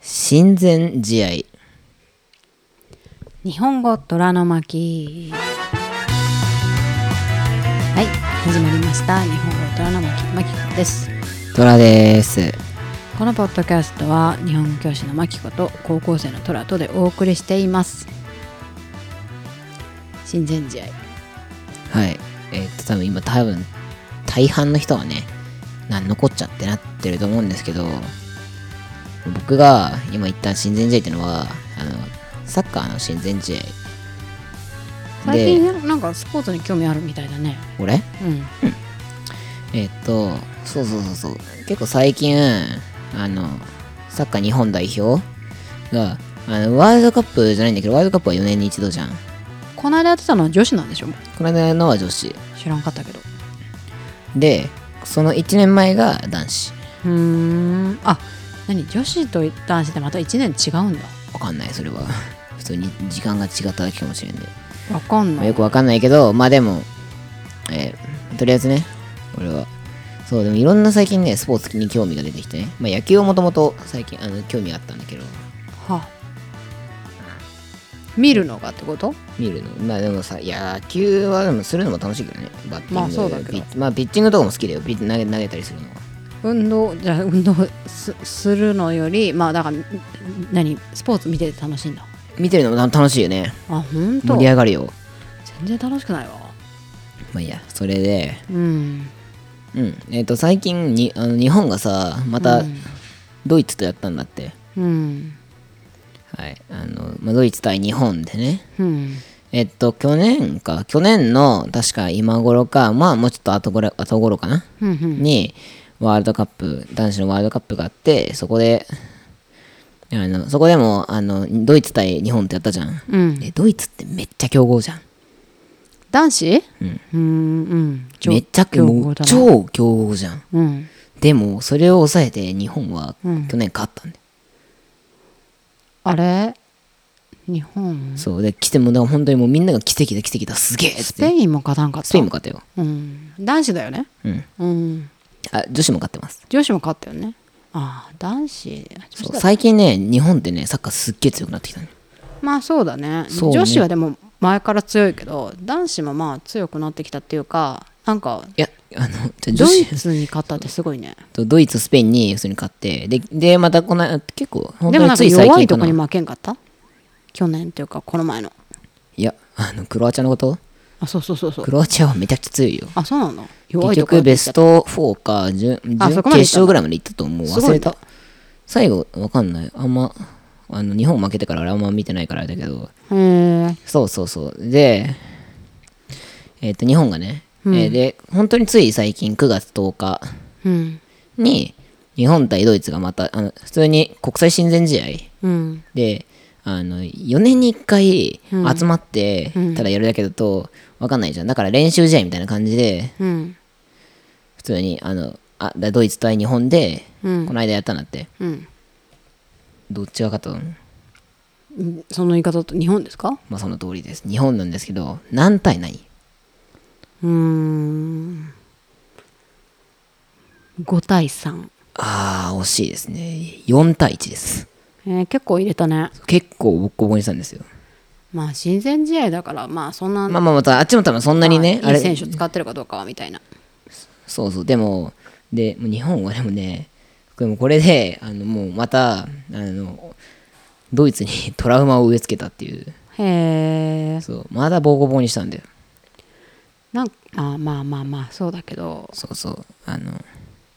親善試合日本語虎の巻はい始まりました日本語虎の巻巻子ですトラですこのポッドキャストは日本語教師の巻子と高校生の虎とでお送りしています親善試合はいえーっと多分今多分大半の人はねなん残っちゃってなってると思うんですけど僕が今言った親善試合ってのはあのサッカーの親善試合最近ねなんかスポーツに興味あるみたいだね俺うんえーっとそうそうそうそう結構最近あのサッカー日本代表があのワールドカップじゃないんだけどワールドカップは4年に一度じゃんこの間やってたのは女子なんでしょこの間のは女子知らんかったけどでその1年前が男子うーんあ何女子と男子ってまた1年違うんだわかんないそれは 普通に時間が違っただけかもしれんで、わかまんなあ、いよくわかんないけどまあでも、えーとりあえずね俺はそうでもいろんな最近ねスポーツに興味が出てきてね、まあ、野球はもともと最近あの興味があったんだけどはあ見るのがってこと見るのまあでもさ野球はでもするのも楽しいけどねバッティングまあそうだけどピッまあピッチングとかも好きだよピッ投げ投げたりするのは運動じゃあ運動すするのよりまあだからん何スポーツ見てて楽しいんだ見てるのも楽しいよねあ本当盛り上がるよ全然楽しくないわまあいいやそれでうんうんえっ、と最近にあの日本がさまたうんドイツとやったんだって、うんはいあのまあ、ドイツ対日本でねうんえっと去年か去年の確か今頃かまあもうちょっと後頃後頃かな、うんうんにワールドカップ男子のワールドカップがあってそこであのそこでもあのドイツ対日本ってやったじゃん、うんでドイツってめっちゃ強豪じゃん男子ううんんうん超めっちゃ強も豪うだな超強豪じゃんうんでもそれを抑えて日本はうん去年勝ったんで、あれ日本そうで来てもだから本当にもうみんなが奇跡だ奇跡だすげえっつスっペてインも勝たんかったスペインも勝ったようん男子だよねうんうんあ女子も勝ってます女子も勝ったよねああ男子女子そうだ最近ね日本ってねサッカーすっげえ強くなってきたねまあそうだねそうね女子はでも前から強いけど男子もまあ強くなってきたっていうかなんかいやあのじゃド女イ子ツに勝ったってすごいねとドイツスペインに普通に勝ってででまたこの結構本で当にもなんかつい最弱い近かとこなにい負けんかった去年というかこの前のやあのクロアチアのことあそうそうそうそうクロアチアはめちゃくちゃ強いよあそうなの弱結いとこや局ってベきちゃスったト4か準準あ決そこまで行ったんだ勝ぐらいまで行ったと思うす忘ごいれねた、最後わかんないあんまあの日本負けてからあれあんま見てないからあれだけどへえそうそうそう。で、えっ、と、日本がね、えーで、本当につい最近、9月10日うんに、日本対ドイツがまた、あの普通に国際親善試合うんで、あの4年に1回集まって、ただやるだけだと分かんないじゃん。だから練習試合みたいな感じで、うん普通に、あの、あだドイツ対日本で、うんこの間やったんだって。うんどっちが勝ったのうんその言い方だと日本ですかまあ、その通りです。日本なんですけど、何対何うーん5対3、ああ、惜しいですね。4対1です。えー結構入れたね結構ボッコボコにしたんですよ。まあ親善試合だからまあそんなまあまあまたあっちも多分そんなにね、まああいい選れ、手使ってるかどうかはみたいなそうそう、でも、で、もう日本はでもね、でもこれで、あの、もうまた、あの、ドイツに トラウマを植え付けたっていう、へえそう、まだボコボコにしたんだよ。なんあまあまあまあそうだけどそうそう、あの、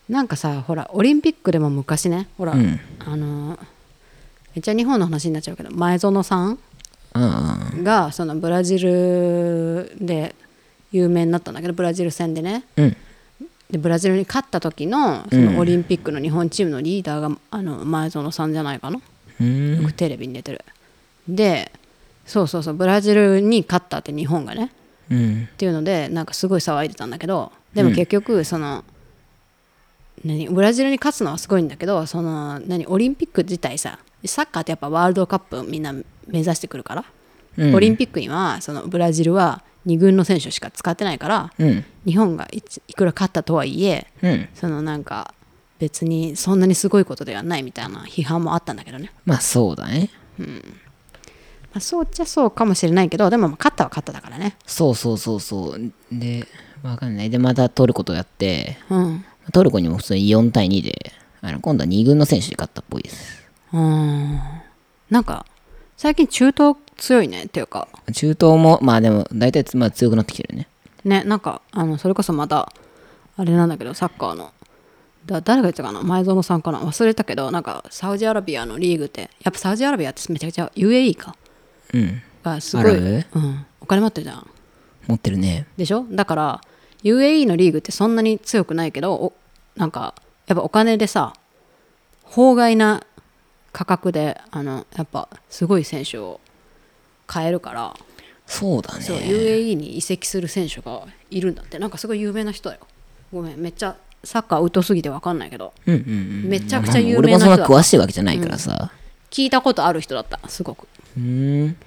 なんかさほらオリンピックでも昔ねほら、うんあのめっちゃ日本の話になっちゃうけど前園さんあがそのブラジルで有名になったんだけどブラジル戦でねあ、うん、でブラジルに勝った時のそのオリンピックの日本チームのリーダーが、あの前園さんじゃないかなうーん、よくテレビに出てるでそうそうそうブラジルに勝ったって日本がねうん、っていうのでなんかすごい騒いでたんだけどでも結局その、何ブラジルに勝つのはすごいんだけどその何オリンピック自体さサッカーってやっぱワールドカップみんな目指してくるから、うんオリンピックにはそのブラジルは2軍の選手しか使ってないから、うん、日本がいついくら勝ったとはいえうん、そのなんか別にそんなにすごいことではないみたいな批判もあったんだけどね、まあそうだね。まあ、そうっちゃそうかもしれないけどでもまあ勝ったは勝っただからねそうそうそうそう。で、わかんない。で、またトルコとやって、うんトルコにも普通に4対2で、あの今度は2軍の選手で勝ったっぽいです。うんなんか最近中東強いねっていうか中東も、まあでも、大体つ、まあ、強くなってきてるね。ねなんかあのそれこそまたあれなんだけどサッカーのだ誰が言ってたかな前園さんかな忘れたけどなんかサウジアラビアのリーグってやっぱサウジアラビアってめちゃくちゃ UAE かうん。がすごアい、ラブうん、お金持ってるじゃん持ってるね。でしょだから UAE のリーグってそんなに強くないけどおなんかやっぱお金でさ法外な価格であのやっぱすごい選手を買えるからそうだそうね。 UAE に移籍する選手がいるんだってなんかすごい有名な人だよごめんめっちゃサッカー疎すぎて分かんないけどうんうんうん。めちゃくちゃまあ有俺も名なそ人んだなった詳しいわけじゃないからさ。聞いたことある人だったすごくうーん。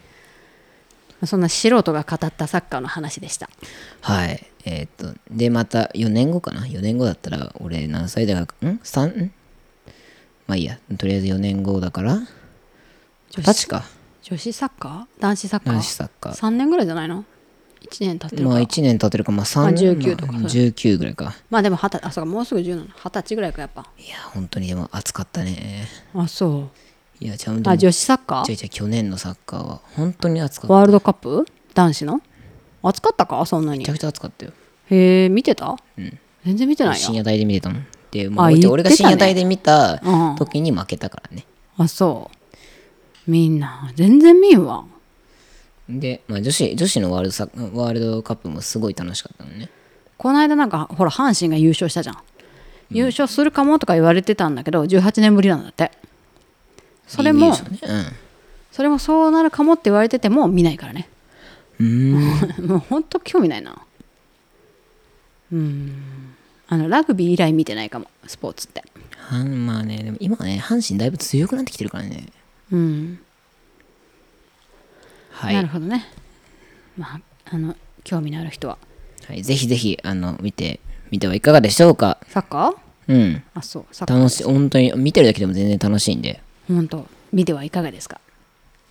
そんな素人が語ったサッカーの話でしたはい。えーっと、で、また4年後かな。4年後だったら、俺何歳だか、ん ?3? んまあいいや。とりあえず4年後だから、女二子十歳か。女子サッカー男子サッカー男子サッカー。 3年ぐらいじゃないの1年経ってるかまあらまあ、 1年経ってるか、まあ3まあ19とかまあ19ぐらいか。でも20あそうかもうすぐ1720歳ぐらいかやっぱいや、本当にでも暑かったね。あそいや、ちゃんうと、あ違う女子サッカ違ーう、去年のサッカーは、本当に暑かった。ワールドカップ男子の暑かったかそんなめにちゃくちゃ暑かったよ。へえ見てた、全然見てないよ深夜帯で見てたもん。で、まあ、あ俺言ってたね俺が深夜帯で見たうん時に負けたからね。あそうみんな全然見んわで、まあ、女子女子のワールドサッワールドカップもすごい楽しかったのね。この間なんかほら阪神が優勝したじゃん優勝するかもとか言われてたんだけど18年ぶりなんだってそれいいも優勝ねそれもそうなるかもって言われてても見ないからねうん。うーん。 もうほんと興味ないなうんあのラグビー以来見てないかもスポーツってはんまあね、でも今はね、阪神だいぶ強くなってきてるからね。うん、はないる。ほどねまああの興味のある人ははい、ぜひぜひ、あの、見て、見てはいかがでしょうか。サッカーうん。あそうサッカー楽しい、本当に、見てるだけでも全然楽しいんで。本当見てはいかがですか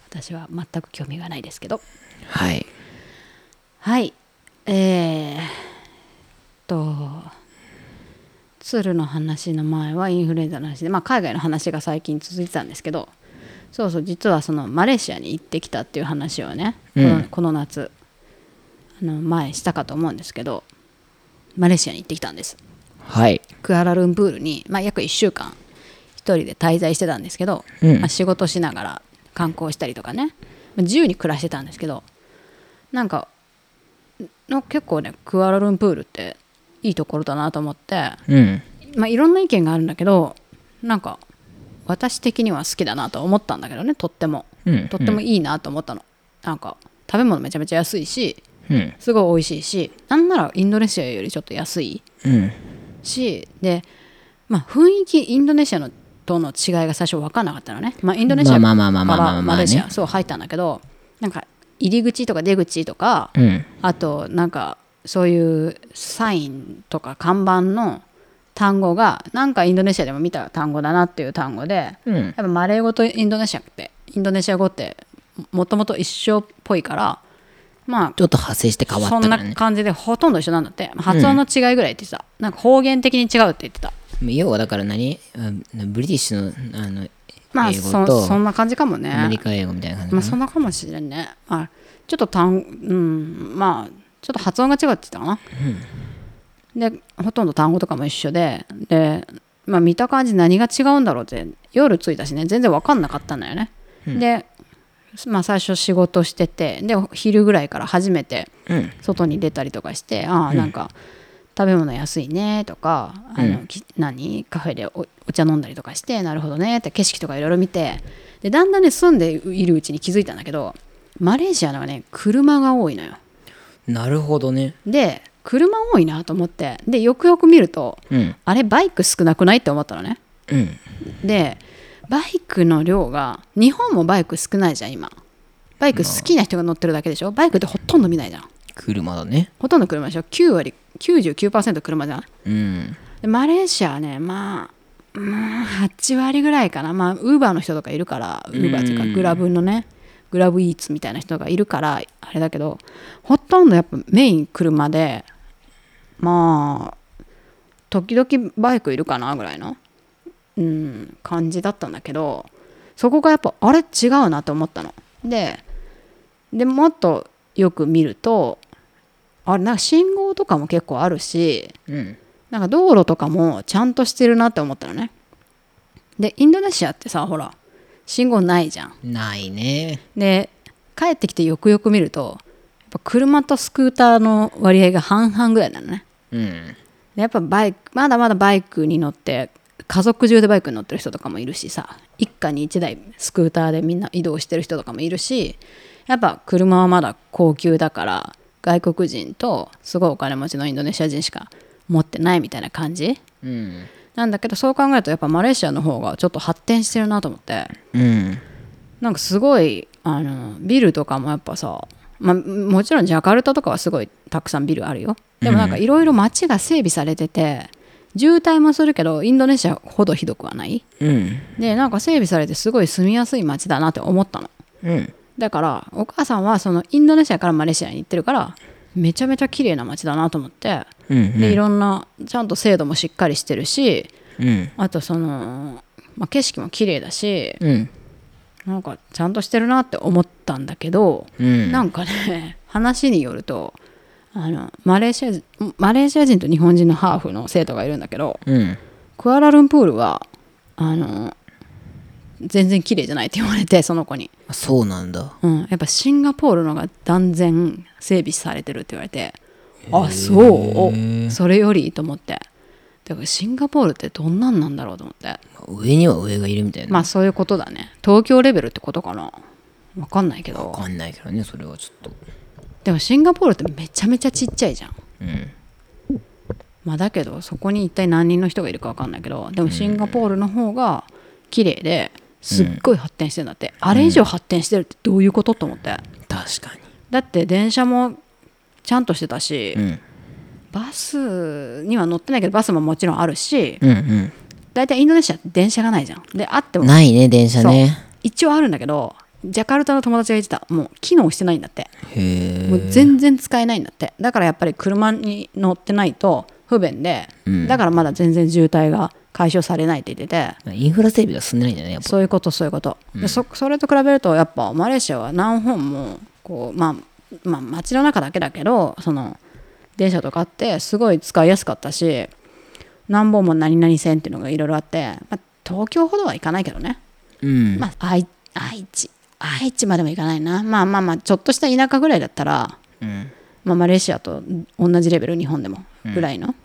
私は全く興味がないですけどはい。はいえー、っと鶴の話の前はインフルエンザの話で、まあ、海外の話が最近続いてたんですけどそうそう実はそのマレーシアに行ってきたっていう話をね、うこのんこの夏あの前したかと思うんですけどマレーシアに行ってきたんですはい。クアラルンプールに、まあ、約1週間一人で滞在してたんですけど、うんまあ、仕事しながら観光したりとかねまあ自由に暮らしてたんですけどなんかの結構ねクアラルンプールっていいところだなと思って、うん。まあ、いろんな意見があるんだけどなんか私的には好きだなと思ったんだけどねとってもうんとってもいいなと思ったの、なんか食べ物めちゃめちゃ安いしうん。すごい美味しいしなんならインドネシアよりちょっと安いうん。しで、まあ、雰囲気インドネシアのとの違いが最初分かんなかったのね、まあ、インドネシアかまあまあまあまあまあまあまあらマレーシねアそう入ったんだけどなんか入り口とか出口とか、うん。あとなんかそういうサインとか看板の単語がなんかインドネシアでも見た単語だなっていう単語でやっうん。ぱマレー語とインドネシアってインドネシア語ってもともと一緒っぽいからまあちょっと派生して変わったからそんねな。感じでほとんど一緒なんだって発音の違いぐらいってさ、なんか方言的に違うって言ってた要はだから何あブリティッシュのあのまあ英語そそとんな感じかもねアメリカ英語みたいな感じまあかそんなかもしれんね、まあ、ちょっと単うんまあちょっと発音が違うって言ったかな、でほとんど単語とかも一緒でで、まあ、見た感じ何が違うんだろうって夜着いたしね全然分かんなかったんだよね、で、まあ、最初仕事しててで昼ぐらいから初めてな。うん。外に出たりとかしてああなんか食べ物安いねとかあの、き何カフェでおお茶飲んだりとかしてなるほどねって景色とかいろいろ見てでだんだんね住んでいるうちに気づいたんだけどマレーシアのはね車が多いのよなるほどね。で車多いなと思ってでよくよく見るとうん。あれバイク少なくないって思ったのねうん。でバイクの量が日本もバイク少ないじゃん今バイク好きな人が乗ってるだけでしょバイクってほとんど見ないじゃん車だね。ほとんど車でしょ9割99%車じゃんうん。でマレーシアはねまあうん8割ぐらいかなまあウーバーの人とかいるからウーバーっていうかグラブのねグラブイーツみたいな人がいるからあれだけどほとんどやっぱメイン車でまあ時々バイクいるかなぐらいの、うん、感じだったんだけどそこがやっぱあれ違うなと思ったの。ででもっとよく見るとあれなんか信号とかも結構あるしうん。なんか道路とかもちゃんとしてるなって思ったのね。で、インドネシアってさ、ほら、信号ないじゃん。ないね。で、帰ってきてよくよく見ると、やっぱ車とスクーターの割合が半々ぐらいなのね。うん。でやっぱバイク、まだまだバイクに乗って、家族中でバイクに乗ってる人とかもいるしさ、一家に一台スクーターでみんな移動してる人とかもいるし、やっぱ車はまだ高級だから、外国人とすごいお金持ちのインドネシア人しか持ってないみたいな感じうん。なんだけどそう考えるとやっぱマレーシアの方がちょっと発展してるなと思ってうん。なんかすごいあのビルとかもやっぱさ、まあ、もちろんジャカルタとかはすごいたくさんビルあるよでもなんかいろいろ街が整備されてて渋滞もするけどインドネシアほどひどくはないうん。でなんか整備されてすごい住みやすい街だなって思ったのうん。だからお母さんはそのインドネシアからマレーシアに行ってるからめちゃめちゃ綺麗な街だなと思ってうん。でいろんなちゃんと制度もしっかりしてるしうん。あとその、まあ、景色も綺麗だしうん。なんかちゃんとしてるなって思ったんだけど、うん。なんかね話によるとあのマレーシアマレーシア人と日本人のハーフの生徒がいるんだけどうん。クアラルンプールはあの全然綺麗じゃないって言われてその子に、あそうなんだ。うん、やっぱシンガポールのが断然整備されてるって言われてあそうそれよりと思ってだからシンガポールってどんなんなんだろうと思って上には上がいるみたいな。まあそういうことだね東京レベルってことかなわかんないけわどかんないけどね、それはちょっと。でもシンガポールってめちゃめちゃちっちゃいじゃんうん。まあだけどそこに一体何人の人がいるかわかんないけどでもシンガポールの方が綺麗ですっごい発展してるんだって、あれ以上発展してるってどういうことと思って確かだって電車もちゃんとしてたし、に。うん。バスには乗ってないけどバスももちろんあるしうん大体インドネシアって電車がないじゃんであってうもん。ないね、電車ね。一応あるんだけどジャカルタの友達が言ってたもう機能してないんだってへえ。もう全然使えないんだってだからやっぱり車に乗ってないと不便で、うんだからまだ全然渋滞が解消されないって言っててインフラ整備が進んでないんだね、やっぱ。そういうことそういうこと、でそそれと比べるとやっぱマレーシアは何本もこう、まあ、まあ街の中だけだけどその電車とかあってすごい使いやすかったし何本も何々線っていうのがいろいろあって、まあ、東京ほどはいかないけどねうん。まあ、愛愛知愛知までも行かないなまあまあまあちょっとした田舎ぐらいだったら、んまあ、マレーシアと同じレベル日本でもぐらいの、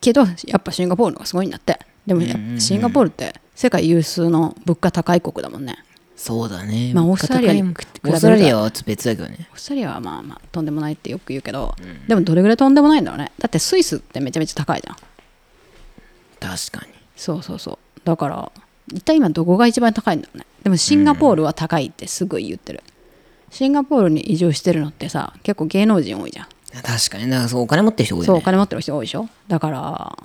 けどやっぱシンガポールの方がすごいんだってでもやっぱシンガポールって世界有数の物価高い国だもんねそうだね。まあオーストラリアにオ比べるとーストラリアは別だけどね。オーストラリアはまあまあとんでもないってよく言うけど、でもどれぐらいとんでもないんだろうねだってスイスってめちゃめちゃ高いじゃん確かに。そうそうそうだから一体今どこが一番高いんだろうねでもシンガポールは高いってすごい言ってる、シンガポールに移住してるのってさ結構芸能人多いじゃん、確かに。だからそうお金持ってる人多いそようおね。金持ってる人多いでしょだから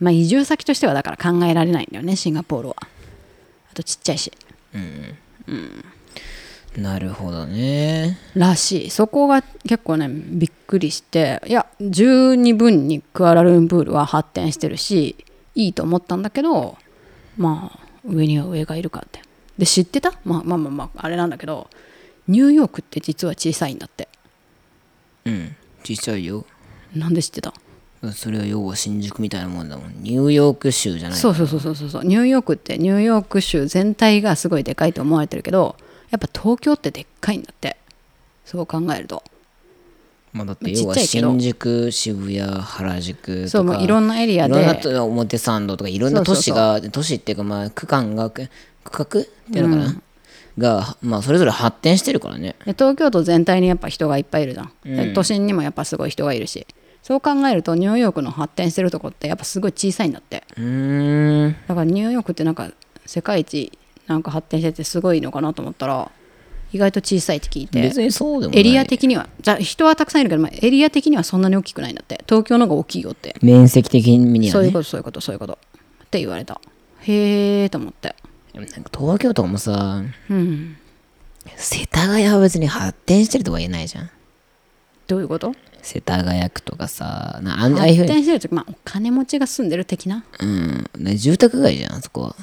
まあ移住先としてはだから考えられないんだよねシンガポールはあとちっちゃいしなるほどね。らしいそこが結構ねびっくりしていや十二分にクアラルンプールは発展してるしいいと思ったんだけどまあ上には上がいるかってで知ってた、まあ、まあまあまああれなんだけどニューヨークって実は小さいんだってうん。小さいよ。なんで知ってたそれは要は新宿みたいなもんだもん。ニューヨーク州じゃない。そうそうそうそうそうそうニューヨークってニューヨーク州全体がすごいでかいと思われてるけどやっぱ東京ってでっかいんだってそう考えるとまあ、だってち要はっちゃいけど新宿、渋谷、原宿とか。そうもういろんなエリアいろんなでと表参道とかいろんなそ都うそう市そうが都市っていうかまあ区間が区画っていうのかな、がまあそれぞれ発展してるからねで東京都全体にやっぱ人がいっぱいいるじゃん、で都心にもやっぱすごい人がいるしそう考えるとニューヨークの発展してるとこってやっぱすごい小さいんだってうーんだからニューヨークってなんか世界一なんか発展しててすごいのかなと思ったら意外と小さいって聞いて別にそうでもないエリア的にはじゃあ人はたくさんいるけど、まあ、エリア的にはそんなに大きくないんだって東京の方が大きいよって面積的にはねそういうことそういうことそういうことって言われたへえと思ってでもなんか東京とかもさ、うん世田谷は別に発展してるとは言えないじゃん。どういうこと世田谷区とかさ、なあんああいうふ発うに、展してる時まあお金持ちが住んでる的なうん、ね住宅街じゃん、あそこは。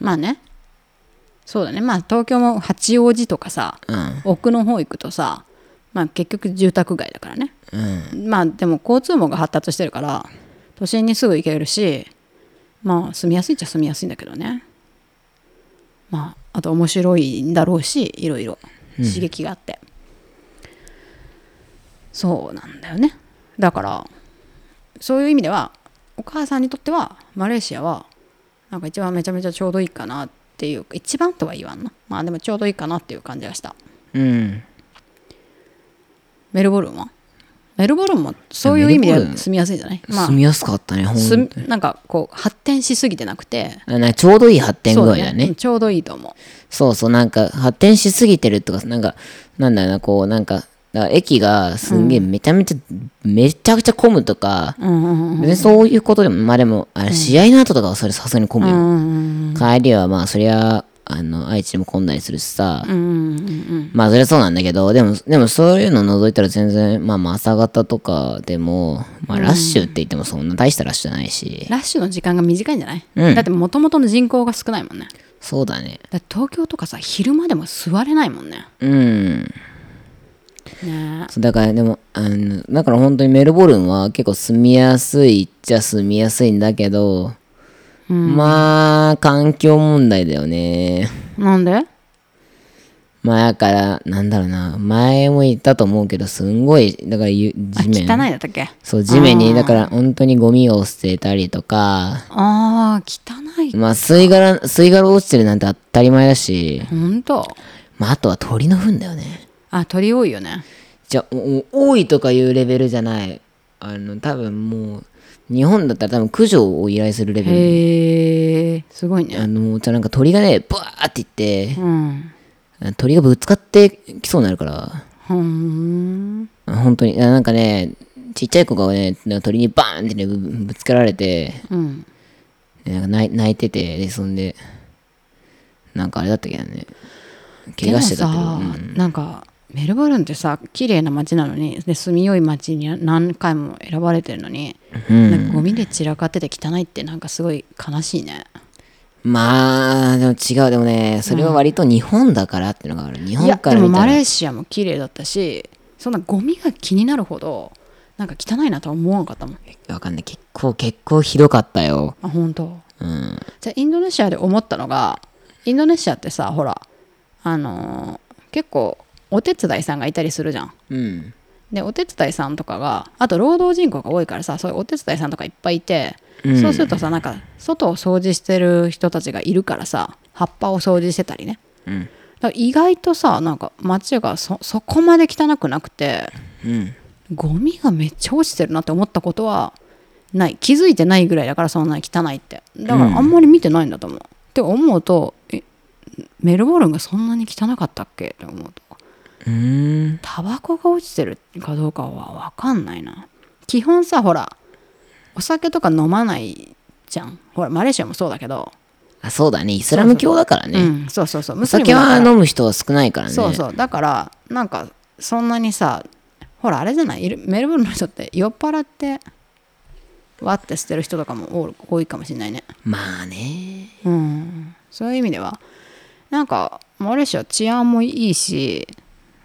まあねそうだねまあ東京も八王子とかさうん、奥の方行くとさまあ結局住宅街だからねうん、まあでも交通網が発達してるから都心にすぐ行けるしまあ住みやすいっちゃ住みやすいんだけどねまああと面白いんだろうしいろいろ刺激があって、そうなんだよねだからそういう意味ではお母さんにとってはマレーシアはなんか一番めちゃめちゃちょうどいいかなっていう一番とは言わんなまあでもちょうどいいかなっていう感じがしたうん。メルボルンはメルボルンもそういう意味でメルボルはン住みやすいんじゃないまあ住みやすかったね、ほんすとになんかこう発展しすぎてなくてあなんかちょうどいい発展具合だそうねうねん。ちょうどいいと思そうそう、なんか発展しすぎてるとか、なんか、なんだろうな、こう、なんか、だから駅がすんげえめちゃめちゃ、めちゃくちゃ混むとか、う、うんうん別にそういうことでも、まあでも、あれ試合の後とかはそれさすがに混むよ。うん帰りはまあそりゃあの愛知でも混んだりするしさ、うんうんうんまあそりゃそうなんだけどでもでもそういうの除いたら全然まあまあ朝方とかでも、まあ、ラッシュって言ってもそんな大したラッシュじゃないし、ラッシュの時間が短いんじゃない、うんだってもともとの人口が少ないもんねそうだねだって東京とかさ昼間でも座れないもんねうんねそうだからでもあのだから本当にメルボルンは結構住みやすいっちゃ住みやすいんだけど、まあ環境問題だよねえなんでまあだからなんだろうな前も言ったと思うけどすんごいだからゆあ地汚い面だったっけそう、地面に、だから本当にゴミを捨てたりとか、あー汚いまあ、吸い殻、吸い殻落ちてるなんて当たり前だし、ほんとまあ、あとは鳥の糞だよね。あ鳥多いよねじゃあ、もう多いとかいうレベルじゃない。あの、多分もう、日本だったら多分駆除を依頼するレベへえすごいル。あねの、じゃあなんか鳥がね、ブワーっていって、うん鳥がぶつかってきそうになるから、ふーん本当に、あなんかね、ちっちゃい子がね、鳥にバーンってね、ぶぶつけられて、うんなんか泣い泣いてて、で、そんで、なんかあれだったけどね。怪我してたけでど。もうんさ、なんかメルボルンってさ綺麗な街なのにで住みよい街に何回も選ばれてるのに、なんかゴミで散らかってて汚いってなんかすごい悲しいねまあ、でも違う。でもね、それは割と日本だからってのがある。日いや本かでらも見たマレら。ーシアも綺麗だったしそんなゴミが気になるほどなんか汚いなとは思わなかったもんわかんない。結構、結構ひどかったよ。あ本当うん。じゃあインドネシアで思ったのがインドネシアってさほらあのー結構お手伝いさんがいたりするじゃんうん。でお手伝いさんとかがあと労働人口が多いからさそういうお手伝いさんとかいっぱいいて、うんそうするとさなんか外を掃除してる人たちがいるからさ葉っぱを掃除してたりねうん。だから意外とさなんか街がそそこまで汚くなくてうん。ゴミがめっちゃ落ちてるなって思ったことはない気づいてないぐらいだからそんなに汚いってだからあんまり見てないんだと思う、って思うとえメルボルンがそんなに汚かったっけって思うとうーん。タバコが落ちてるかどうかは分かんないな基本さほらお酒とか飲まないじゃんほらマレーシアもそうだけど、あ、そうだね。イスラム教だからうね。んそうそうそうおムスリム酒だはから飲む人は少ないからね。そうそうだからなんかそんなにさほらあれじゃないいるメルボルンの人って酔っ払ってわって捨てる人とかも多い多いかもしれないねまあね。うんそういう意味ではなんかマレーシア治安もいいし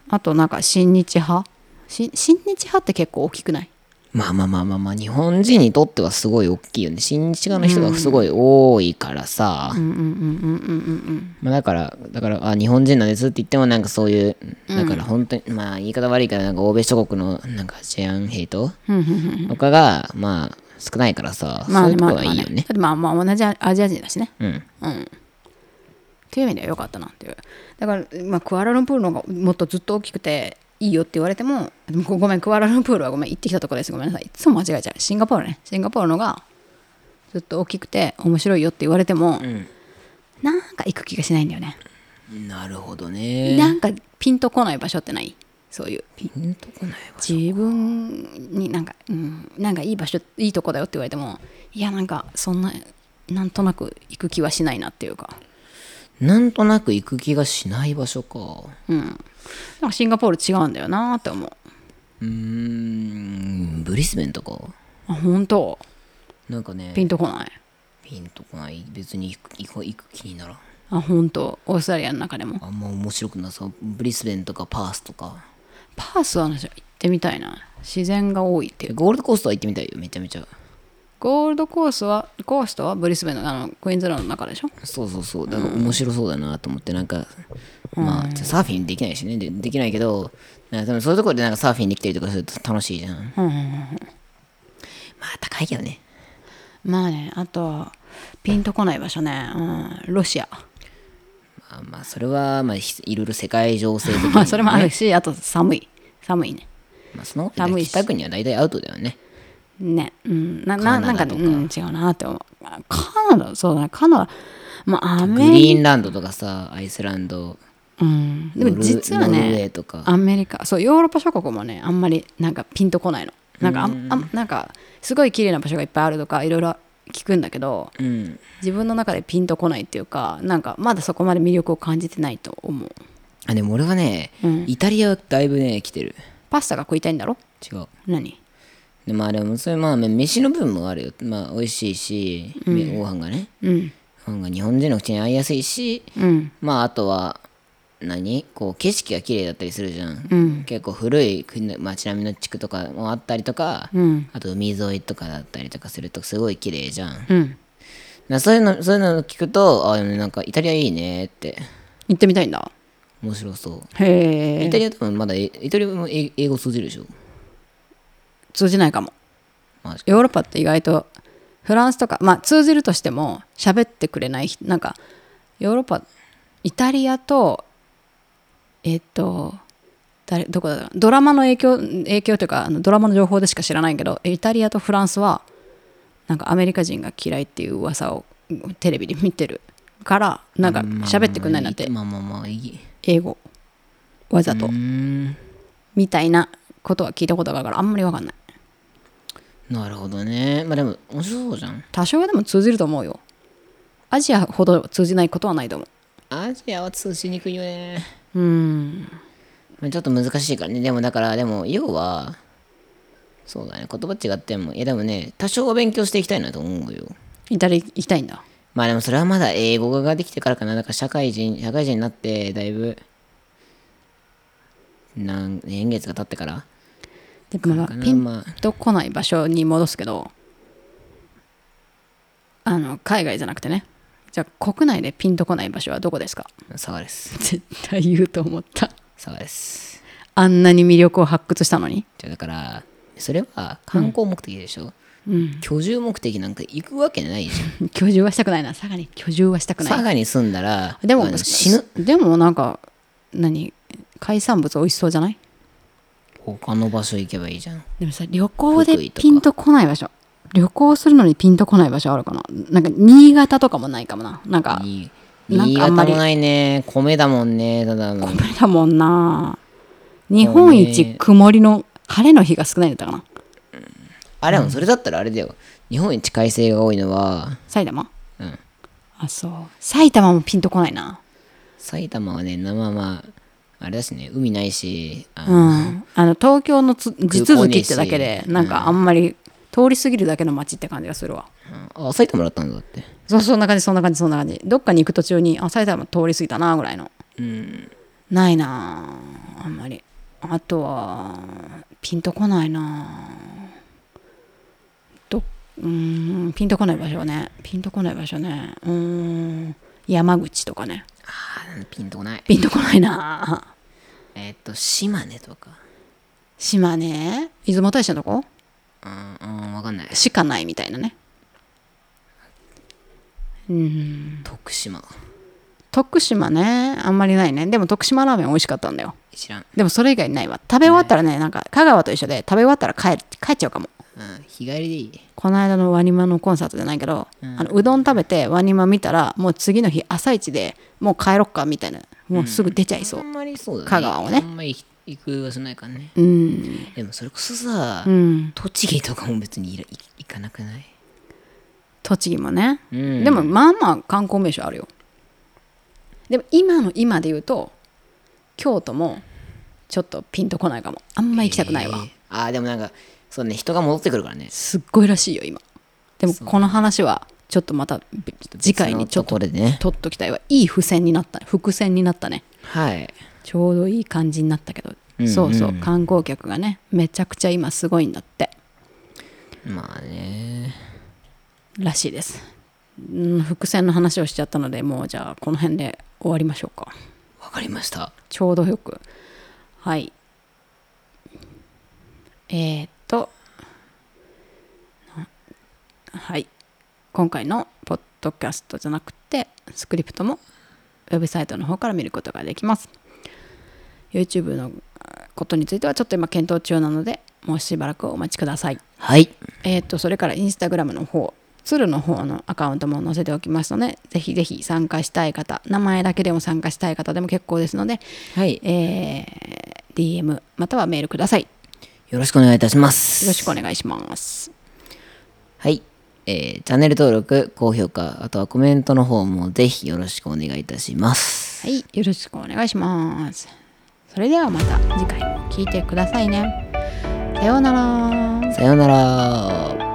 あとなんか親日派し親日派って結構大きくないまあまあまあまあまあ、日本人にとってはすごい大きいよね。新日側の人がすごい多いからさ。うんうんうんうんうんまあ、だから、だから、あ、日本人なんですって言っても、なんかそういう、だから本当に、まあ言い方悪いけど、なんか欧米諸国の、なんか治安兵とうんうんうんうんとかが、まあ少ないからさ、まあそういうとねまこあはいねまあいねよね。だってまあまあ同じアジア人だしねうん。うん。っていう意味では良かったなっていう。だから、まあ、クアラルンプールの方がもっとずっと大きくていいよって言われても、でもごごめん、クアラルンプールはごめん、行ってきたとこです。ごめんなさい。いつも間違えちゃう。シンガポールね。シンガポールのがずっと大きくて面白いよって言われても、なんか行く気がしないんだよね。なるほどね。なんかピンとこない場所ってないそういうピンとこないわ。自分になんか、うん、なんかいい場所いいとこだよって言われてもいやなんかそんななんとなく行く気はしないなっていうかなんとなく行く気がしない場所か。うんなんかシンガポール違うんだよなって思ううーん、ブリスベンとか。あ本当なんかね、ピンとこないピンとこない。別に行く行く行く気にならん。あ本当オーストラリアの中でもあんま面白くなさそう。ブリスベンとかパースとか。パースは私は行ってみたいな自然が多いっていうゴールドコーストは行ってみたいよ、めちゃめちゃ。ゴールドコースはコーストはブリスベンのあのクイーンズランドの中でしょそうそうそう。だから面白そうだなと思って、なんか、まあ、サーフィンできないしね。でできないけど、なんか多分そういうところでなんかサーフィンできたりとかすると楽しいじゃん。まあ、高いけどね。まあねあとはピンとこない場所ね、うん、ロシアまあ、まあ、それは、まあ、ひいろいろ世界情勢的に、 まあそれもあるしあと寒い寒いねまあ、その寒いし北国は大体アウトだよね。ねうんなななカナんダかとねかうん違うなって思うあカナダそうだねカナダまあアグリメリーンランドとかさ、アイスランド、カ、うん、でノもル実ノはルウェねーとか。アメリカそうヨーロッパ諸国もねあんまりなんかピンとこないのなんかあんあんなんかすごい綺麗な場所がいっぱいあるとかいろいろ聞くんだけどうん。自分の中でピンとこないっていうかなんかまだそこまで魅力を感じてないと思うあ、でも俺はね、うんイタリアはだいぶね、来てる。パスタが食いたいんだろ違う。何でまあでもそれまあめ飯の分もあるよまあ美味しいし、めご飯がねうんご飯が日本人の口に合いやすいしうんまああとは何こう景色が綺麗だったりするじゃん、うん結構古い国の街並みの地区とかもあったりとか、うんあと海沿いとかだったりとかするとすごい綺麗じゃん、うんなそういうのそういうのを聞くとあでもなんかイタリアいいねって行ってみたいんだ面白そうへイタえリア多分まだえイタリアも英英語通じるでしょ通じないかもマジかヨーロッパって意外とフランスとか、まあ、通じるとしても喋ってくれない人なんかヨーロッパイタリアとえっと誰どこだろうドラマの影響影響というかあのドラマの情報でしか知らないけどイタリアとフランスはなんかアメリカ人が嫌いっていう噂をテレビで見てるからなんか喋ってくれないなんてまあまあまあいい英語わざとうーんみたいなことは聞いたことがあるからあんまりわかんないなるほどね。まあでも面白そうじゃん。多少はでも通じると思うよアジアほど通じないことはないと思アジアは通しにくいよね。ううんまあちょっと難しいからね。でもだから、でも要は、そうだね。言葉違っても。いやでもね、多少は勉強していきたいなと思うよ。イタリア行きたいんだまあでもそれはまだ英語ができてからかな。だから社会人、社会人になって、だいぶ、なん年月が経ってからでもまあかな。ピンまあ、とこない場所に戻すけどあの海外じゃなくてねじゃあ国内でピンとこない場所はどこですか佐賀です。絶対言うと思った佐賀です。あんなに魅力を発掘したのにじゃあだから、それは観光目的でしょ。うん居住目的なんか行くわけないじゃん。居住はしたくないな佐賀に居住はしたくな佐い賀に住んだらでもあの死ぬでもなんか何海産物美味しそうじゃない他の場所行けばいいじゃんでもさ旅行で福井とかピンとこない場所旅行するのにピンとこない場所あるかななんか新潟とかもないかもななんかになん新かあ潟んまりもないね米だもんねただのこれだもんな日本一曇りの晴れの日が少ないんだったかなあれもそれだったらあれだよ日本一快晴が多いのは埼玉うんあそう埼玉もピンとこないな埼玉はねまあまあまああれだしね海ないしあうのんあの東京のつ地続きってだけ空港ねでえしなんかあんまり通り過ぎるだけの街って感じがするわあ埼玉だったんだってそうそんな感じそんな感じそんな感じどっかに行く途中にあ埼玉通り過ぎたなぐらいのうんないなああんまりあとはピンとこないなどうーんピンとこない場所ねピンとこない場所ねうーん山口とかねあーピンとこないピンとこないなえーっと島根とか島根出雲大社のとこうんうんわかんないしかないみたいなねうん徳島徳島ねあんまりないねでも徳島ラーメン美味しかったんだよ知らん、でもそれ以外ないわ食べ終わったらねなんか香川と一緒で食べ終わったら帰帰っちゃうかもうん、日帰りでいいこの間のワニマのコンサートじゃないけど、うあのうどん食べてワニマ見たらもう次の日朝一でもう帰ろっかみたいなもうすぐ出ちゃいそう、あんまりそうだね香川をねあんまり行き行くはしないからね。うんでもそれこそさ、うん栃木とかも別にいら行行かなくない栃木もね、うんでもまあまあ観光名所あるよでも今の今で言うと京都もちょっとピンとこないかもあんま行きたくないわ、えーあーでもなんかそうね人が戻ってくるからねすっごいらしいよ今でもこの話はちょっとまた次回にちょっとこれでね取っときたいわいい付箋になった伏線になったねはいちょうどいい感じになったけど、うんうんそうそう観光客がねめちゃくちゃ今すごいんだってまあねらしいですうん伏線の話をしちゃったのでもうじゃあこの辺で終わりましょうかわかりましたちょうどよくはいえー、っとなはい今回のポッドキャストじゃなくてスクリプトもウェブサイトの方から見ることができます YouTube のあことについてはちょっと今検討中なのでもうしばらくお待ちくださいはいえー、とそれからインスタグラムの方鶴の方のアカウントも載せておきますのでぜひぜひ参加したい方名前だけでも参加したい方でも結構ですので、はいえー DM またはメールくださいよよろしくお願いいたしますろしくお願いしますはいえーチャンネル登録高評価あとはコメントの方もぜひよろしくお願いいたしますはいよろしくお願いしますそれではまた次回も聞いてくださいねさようならさようなら